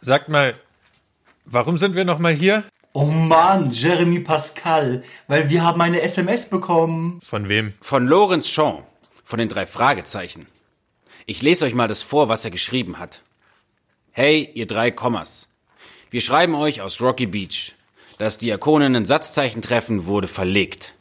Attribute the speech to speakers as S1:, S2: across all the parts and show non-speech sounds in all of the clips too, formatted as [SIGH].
S1: Sagt mal, warum sind wir nochmal hier?
S2: Oh Mann, Jeremy Pascal, weil wir haben eine SMS bekommen.
S1: Von wem?
S3: Von Lorenz Shaw, von den drei Fragezeichen. Ich lese euch mal das vor, was er geschrieben hat. Hey, ihr drei Kommas. Wir schreiben euch aus Rocky Beach. Das Diakoninnen-Satzzeichentreffen wurde verlegt.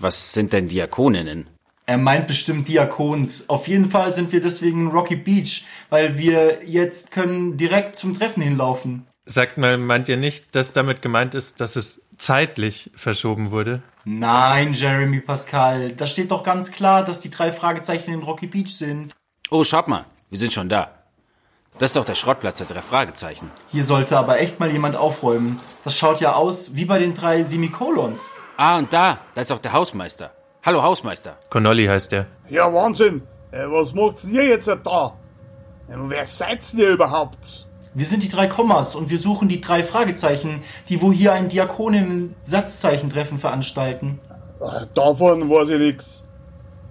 S3: Was sind denn Diakoninnen?
S2: Er meint bestimmt Diakons. Auf jeden Fall sind wir deswegen in Rocky Beach, weil wir jetzt können direkt zum Treffen hinlaufen.
S1: Sagt mal, meint ihr nicht, dass damit gemeint ist, dass es zeitlich verschoben wurde?
S2: Nein, Jeremy Pascal, da steht doch ganz klar, dass die drei Fragezeichen in Rocky Beach sind.
S3: Oh, schaut mal, wir sind schon da. Das ist doch der Schrottplatz der drei Fragezeichen.
S2: Hier sollte aber echt mal jemand aufräumen. Das schaut ja aus wie bei den drei Semikolons.
S3: Ah, und da, da ist auch der Hausmeister. Hallo Hausmeister.
S1: Connolly heißt er.
S4: Ja, Wahnsinn. Äh, Was macht's denn ihr jetzt da? Äh, Wer seid's denn ihr überhaupt?
S2: Wir sind die drei Kommas und wir suchen die drei Fragezeichen, die wo hier ein Diakoninnen-Satzzeichentreffen veranstalten.
S4: Äh, Davon weiß ich nix.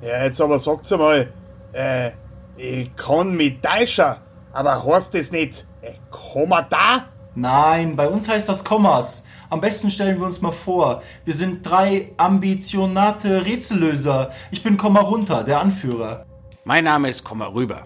S4: Ja, jetzt aber sagt's einmal, äh, ich kann mit Deutscher, aber heißt das nicht, äh, Komma da?
S2: Nein, bei uns heißt das Kommas. Am besten stellen wir uns mal vor, wir sind drei ambitionate Rätsellöser. Ich bin Komma runter, der Anführer.
S3: Mein Name ist Komma rüber.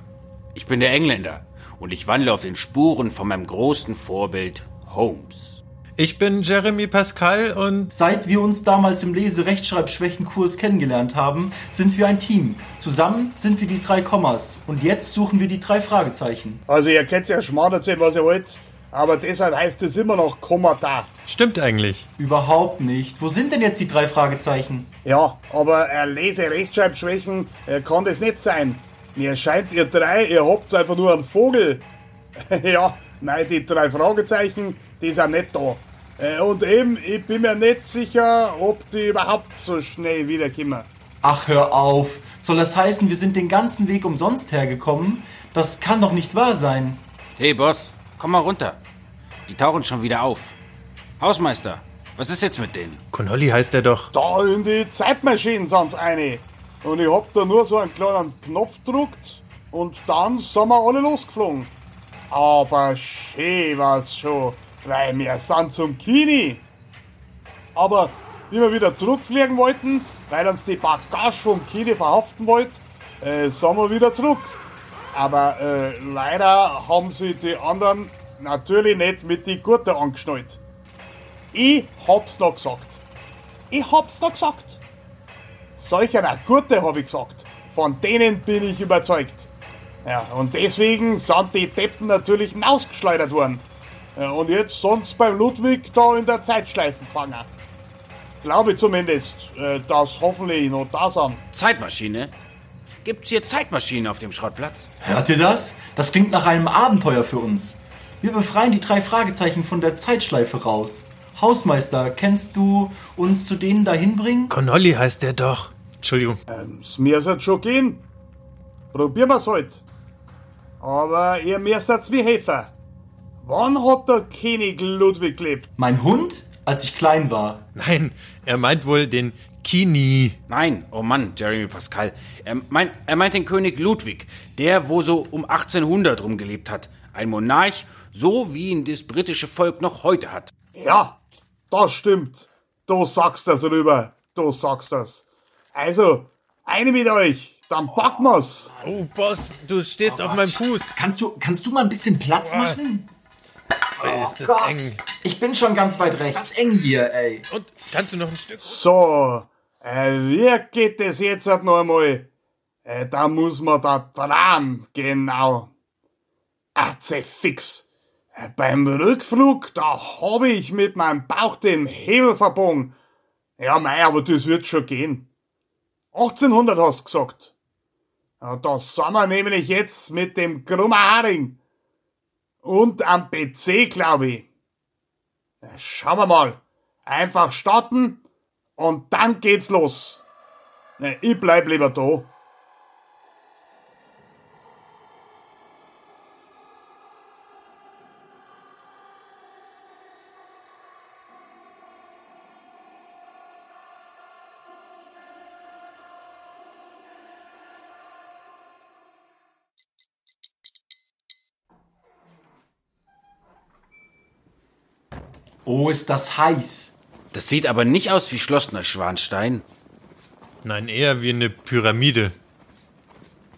S3: Ich bin der Engländer und ich wandle auf den Spuren von meinem großen Vorbild Holmes.
S1: Ich bin Jeremy Pascal und
S2: Seit wir uns damals im Lese-Rechtschreibschwächenkurs kennengelernt haben, sind wir ein Team. Zusammen sind wir die drei Kommas und jetzt suchen wir die drei Fragezeichen.
S4: Also ihr könnt's ja schmadert sehen, was ihr wollt, aber deshalb heißt es immer noch Komma da.
S1: stimmt eigentlich.
S2: Überhaupt nicht. Wo sind denn jetzt die drei Fragezeichen?
S4: Ja, aber äh, Lese-Rechtschreibschwächen äh, kann das nicht sein. Mir scheint, ihr drei, ihr habt's einfach nur einen Vogel. [LAUGHS] ja, nein, die drei Fragezeichen, die sind nicht da. Äh, und eben, ich bin mir nicht sicher, ob die überhaupt so schnell wiederkommen.
S2: Ach, hör auf. Soll das heißen, wir sind den ganzen Weg umsonst hergekommen? Das kann doch nicht wahr sein.
S3: Hey Boss, komm mal runter. Die tauchen schon wieder auf. Hausmeister, was ist jetzt mit denen?
S1: Connolly heißt er doch.
S4: Da in die Zeitmaschine sind's eine. Und ich hab da nur so einen kleinen Knopf gedruckt und dann sind wir alle losgeflogen. Aber schön war's schon, weil wir sind zum Kini. Aber wie wir wieder zurückfliegen wollten, weil uns die Bagage vom Kini verhaften wollt, äh, sind wir wieder zurück. Aber äh, leider haben sie die anderen natürlich nicht mit die Gurte angeschnallt. Ich hab's noch gesagt. Ich hab's da gesagt. Solch einer Gurte hab ich gesagt. Von denen bin ich überzeugt. Ja, und deswegen sind die Deppen natürlich hinausgeschleudert worden. Ja, und jetzt sonst beim Ludwig da in der Zeitschleifenfanger. Glaube zumindest, äh, dass hoffentlich noch da sind.
S3: Zeitmaschine? Gibt's hier Zeitmaschinen auf dem Schrottplatz?
S2: Hört ihr das? Das klingt nach einem Abenteuer für uns. Wir befreien die drei Fragezeichen von der Zeitschleife raus. Hausmeister, kennst du uns zu denen dahin bringen?
S1: Connolly heißt er doch. Entschuldigung.
S4: Ähm, Es mir jetzt schon gehen. Probieren wir's halt. Aber ihr müsst jetzt mir helfen. Wann hat der König Ludwig gelebt?
S2: Mein Hund? Als ich klein war.
S1: Nein, er meint wohl den Kini.
S3: Nein, oh Mann, Jeremy Pascal. Er, mein, er meint den König Ludwig, der wo so um 1800 rumgelebt hat. Ein Monarch, so wie ihn das britische Volk noch heute hat.
S4: Ja, das stimmt. Du sagst das rüber. Du sagst das. Also, eine mit euch. Dann packen wir's.
S1: Oh, Boss, du stehst auf meinem Fuß.
S2: Kannst du, kannst du mal ein bisschen Platz machen?
S1: Oh, ist das eng.
S2: Ich bin schon ganz weit rechts. Ist das eng hier, ey.
S1: Und kannst du noch ein Stück?
S4: So, äh, wie geht das jetzt halt noch einmal? Äh, da muss man da dran, genau. Ach, fix. Äh, beim Rückflug, da habe ich mit meinem Bauch den Hebel verbogen. Ja, mei, aber das wird schon gehen. 1800 hast du gesagt. Ja, da sind wir nämlich jetzt mit dem Krummer Haring. Und am PC, glaube ich. Ja, Schauen wir mal. Einfach starten und dann geht's los. Ne, ich bleib lieber da.
S2: Oh, ist das heiß.
S3: Das sieht aber nicht aus wie Schloss Neuschwanstein.
S1: Nein, eher wie eine Pyramide.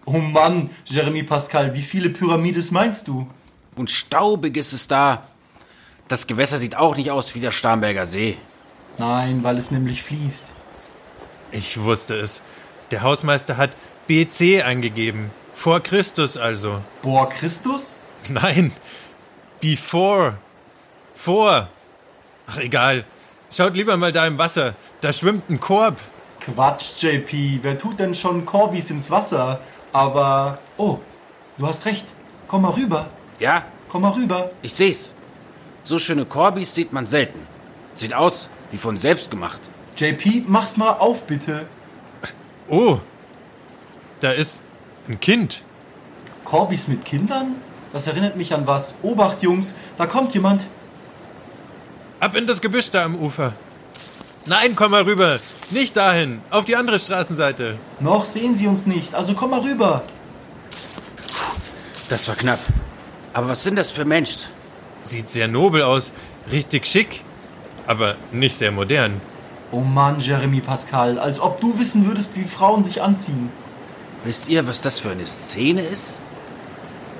S2: Oh Mann, Jeremy Pascal, wie viele Pyramides meinst du?
S3: Und staubig ist es da. Das Gewässer sieht auch nicht aus wie der Starnberger See.
S2: Nein, weil es nämlich fließt.
S1: Ich wusste es. Der Hausmeister hat BC eingegeben. Vor Christus also. [LAUGHS]
S2: Boah, Christus?
S1: Nein. Before. Vor. Ach, egal. Schaut lieber mal da im Wasser. Da schwimmt ein Korb.
S2: Quatsch, JP. Wer tut denn schon Korbis ins Wasser? Aber. Oh, du hast recht. Komm mal rüber.
S3: Ja,
S2: Komm mal rüber.
S3: ich seh's. So schöne Korbis sieht man selten. Sieht aus wie von selbst gemacht.
S2: JP, mach's mal auf, bitte.
S1: Oh. Da ist ein Kind.
S2: Korbis mit Kindern? Das erinnert mich an was. Obacht, Jungs, da kommt jemand.
S1: Ab in das Gebüsch da am Ufer. Nein, komm mal rüber. Nicht dahin. Auf die andere Straßenseite.
S2: Noch sehen sie uns nicht, also komm mal rüber.
S3: Das war knapp. Aber was sind das für Menschen?
S1: Sieht sehr nobel aus. Richtig schick. Aber nicht sehr modern.
S2: Oh Mann, Jeremy Pascal, als ob du wissen würdest, wie Frauen sich anziehen.
S3: Wisst ihr, was das für eine Szene ist?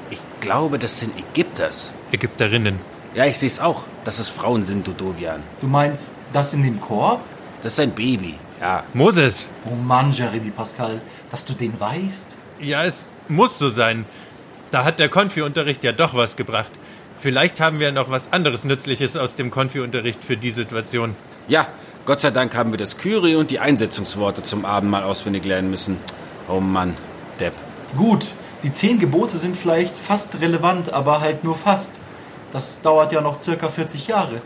S3: Ich glaube, das sind Ägypters.
S1: Ägypterinnen.
S3: Ja, ich seh's auch, dass es Frauen sind, Dodovian.
S2: Du meinst das in dem Korb?
S3: Das ist ein Baby. Ja,
S1: Moses.
S2: Oh Mann, Jeremy Pascal, dass du den weißt.
S1: Ja, es muss so sein. Da hat der Konfi-Unterricht ja doch was gebracht. Vielleicht haben wir noch was anderes Nützliches aus dem Konfi-Unterricht für die Situation.
S3: Ja, Gott sei Dank haben wir das Kyrie und die Einsetzungsworte zum Abendmahl auswendig lernen müssen. Oh Mann, Depp.
S2: Gut, die zehn Gebote sind vielleicht fast relevant, aber halt nur fast. Das dauert ja noch circa 40 Jahre.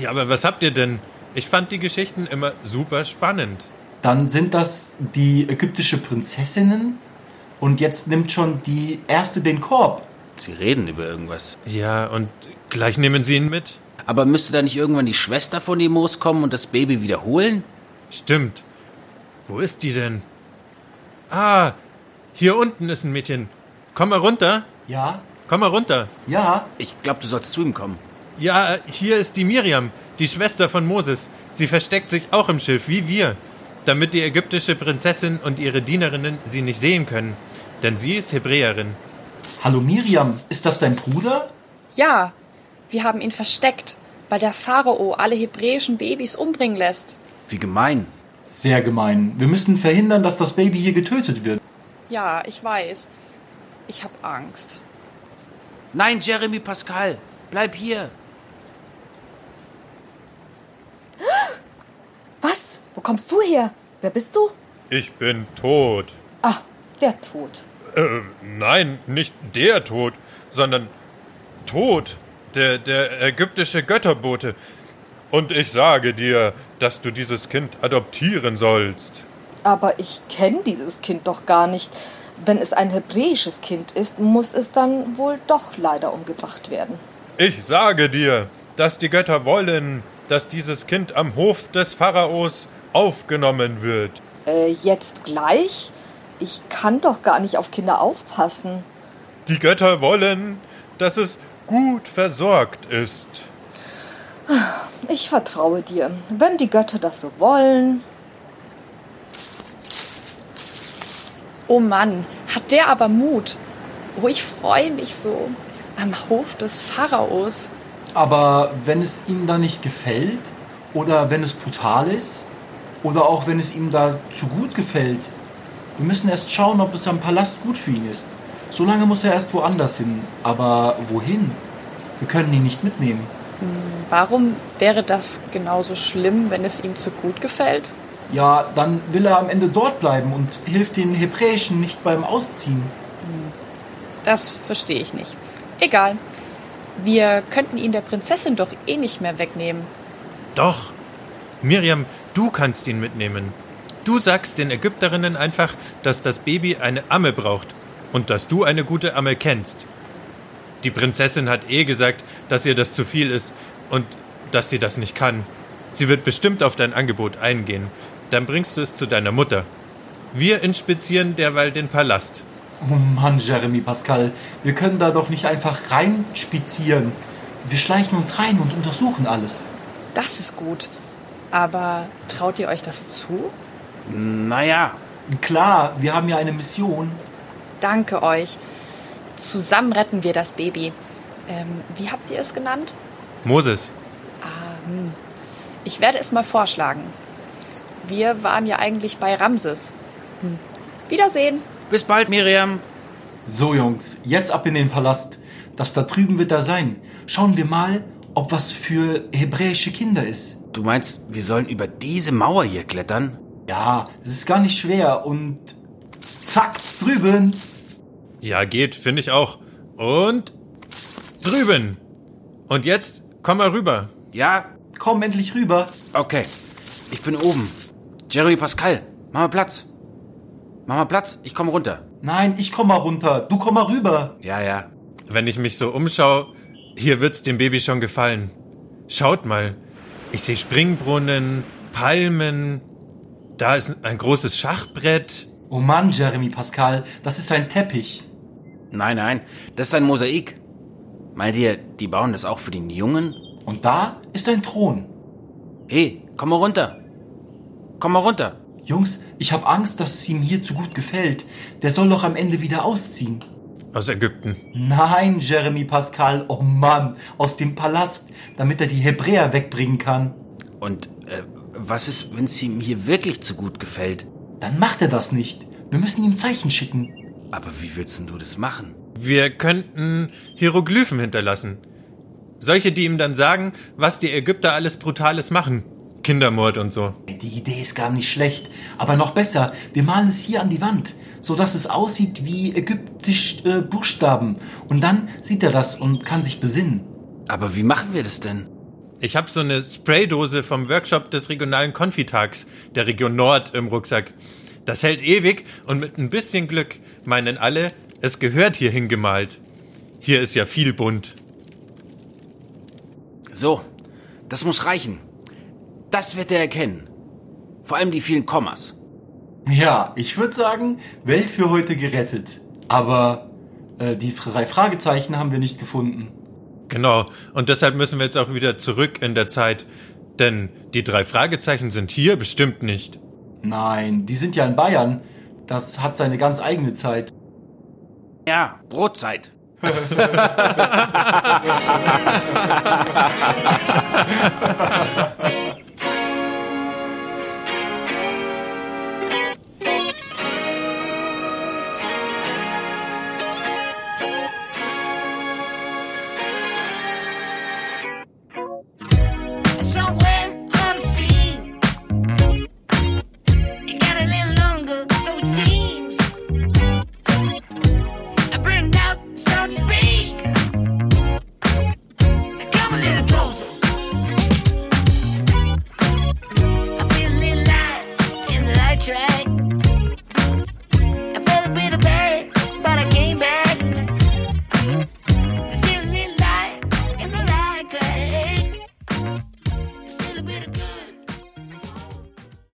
S1: Ja, aber was habt ihr denn? Ich fand die Geschichten immer super spannend.
S2: Dann sind das die ägyptische Prinzessinnen und jetzt nimmt schon die erste den Korb.
S3: Sie reden über irgendwas.
S1: Ja, und gleich nehmen sie ihn mit?
S3: Aber müsste da nicht irgendwann die Schwester von Nemos kommen und das Baby wiederholen?
S1: Stimmt. Wo ist die denn? Ah, hier unten ist ein Mädchen. Komm mal runter.
S2: Ja,
S1: Komm mal runter.
S2: ja,
S3: Ich glaube, du sollst zu ihm kommen.
S1: Ja, hier ist die Miriam, die Schwester von Moses. Sie versteckt sich auch im Schiff, wie wir, damit die ägyptische Prinzessin und ihre Dienerinnen sie nicht sehen können. Denn sie ist Hebräerin.
S2: Hallo Miriam, ist das dein Bruder?
S5: Ja, wir haben ihn versteckt, weil der Pharao alle hebräischen Babys umbringen lässt.
S3: Wie gemein.
S2: Sehr gemein. Wir müssen verhindern, dass das Baby hier getötet wird.
S5: Ja, ich weiß. Ich habe Angst.
S3: Nein, Jeremy Pascal, bleib hier.
S6: Was? Wo kommst du her? Wer bist du?
S1: Ich bin tot.
S6: Ah, der Tod.
S1: Nein, nicht der Tod, sondern Tod, der, der ägyptische Götterbote. Und ich sage dir, dass du dieses Kind adoptieren sollst.
S6: Aber ich kenne dieses Kind doch gar nicht. Wenn es ein hebräisches Kind ist, muss es dann wohl doch leider umgebracht werden.
S1: Ich sage dir, dass die Götter wollen, dass dieses Kind am Hof des Pharaos aufgenommen wird.
S6: Äh, jetzt gleich? Ich kann doch gar nicht auf Kinder aufpassen.
S1: Die Götter wollen, dass es gut versorgt ist.
S6: Ich vertraue dir. Wenn die Götter das so wollen.
S5: Oh Mann, hat der aber Mut. Oh, ich freue mich so. Am Hof des Pharaos.
S2: Aber wenn es ihm da nicht gefällt oder wenn es brutal ist oder auch wenn es ihm da zu gut gefällt, wir müssen erst schauen, ob es am Palast gut für ihn ist. Solange muss er erst woanders hin. Aber wohin? Wir können ihn nicht mitnehmen.
S5: Warum wäre das genauso schlimm, wenn es ihm zu gut gefällt?
S2: Ja, dann will er am Ende dort bleiben und hilft den Hebräischen nicht beim Ausziehen.
S5: Das verstehe ich nicht. Egal. Wir könnten ihn der Prinzessin doch eh nicht mehr wegnehmen.
S1: Doch. Miriam, du kannst ihn mitnehmen. Du sagst den Ägypterinnen einfach, dass das Baby eine Amme braucht und dass du eine gute Amme kennst. Die Prinzessin hat eh gesagt, dass ihr das zu viel ist und dass sie das nicht kann. Sie wird bestimmt auf dein Angebot eingehen. Dann bringst du es zu deiner Mutter. Wir inspizieren derweil den Palast.
S2: Oh Mann, Jeremy Pascal, wir können da doch nicht einfach reinspazieren. Wir schleichen uns rein und untersuchen alles.
S5: Das ist gut. Aber traut ihr euch das zu?
S3: Naja,
S2: Klar, wir haben ja eine Mission.
S5: Danke euch. Zusammen retten wir das Baby. Ähm, wie habt ihr es genannt?
S1: Moses,
S5: Ah, hm. Ich werde es mal vorschlagen. Wir waren ja eigentlich bei Ramses. Hm. Wiedersehen.
S3: bis bald, Miriam.
S2: So, Jungs, jetzt ab in den Palast. Das da drüben wird da sein. Schauen wir mal, ob was für hebräische Kinder ist.
S3: Du meinst, wir sollen über diese Mauer hier klettern?
S2: Ja, es ist gar nicht schwer und zack, drüben.
S1: Ja, geht, finde ich auch. Und drüben. Und jetzt komm mal rüber.
S3: Ja,
S2: Komm endlich rüber.
S3: okay. Ich bin oben. Jeremy Pascal, mach mal Platz. Mach mal Platz, ich komme runter.
S2: Nein, ich komm mal runter. Du komm mal rüber.
S3: Ja, ja.
S1: Wenn ich mich so umschaue, hier wird's dem Baby schon gefallen. Schaut mal. Ich sehe Springbrunnen, Palmen. Da ist ein großes Schachbrett.
S2: Oh Mann, Jeremy Pascal, das ist ein Teppich.
S3: Nein, nein, das ist ein Mosaik. Meint ihr, die bauen das auch für den Jungen?
S2: Und da ist ein Thron.
S3: Hey, komm mal runter. Komm mal runter.
S2: Jungs, ich hab Angst, dass es ihm hier zu gut gefällt. Der soll doch am Ende wieder ausziehen.
S1: Aus Ägypten.
S2: Nein, Jeremy Pascal, oh Mann, aus dem Palast, damit er die Hebräer wegbringen kann.
S3: Und äh, was ist, wenn es ihm hier wirklich zu gut gefällt?
S2: Dann macht er das nicht. Wir müssen ihm Zeichen schicken.
S3: Aber wie willst denn du das machen?
S1: Wir könnten Hieroglyphen hinterlassen. Solche, die ihm dann sagen, was die Ägypter alles Brutales machen. Kindermord und so.
S2: Die Idee ist gar nicht schlecht, aber noch besser, wir malen es hier an die Wand, so dass es aussieht wie ägyptisch äh, Buchstaben. Und dann sieht er das und kann sich besinnen.
S3: Aber wie machen wir das denn?
S1: Ich habe so eine Spraydose vom Workshop des regionalen Konfitags der Region Nord im Rucksack. Das hält ewig und mit ein bisschen Glück meinen alle, es gehört hierhin gemalt. Hier ist ja viel bunt.
S3: So, das muss reichen. Das wird er erkennen. Vor allem die vielen Kommas.
S2: Ja, ich würde sagen, Welt für heute gerettet. Aber äh, die drei Fragezeichen haben wir nicht gefunden.
S1: Genau, und deshalb müssen wir jetzt auch wieder zurück in der Zeit, denn die drei Fragezeichen sind hier bestimmt nicht.
S2: Nein, die sind ja in Bayern. Das hat seine ganz eigene Zeit.
S3: Ja, Brotzeit.
S7: somewhere unseen. It got a little longer, so it seems. I burned out, so to speak. Now come a little closer.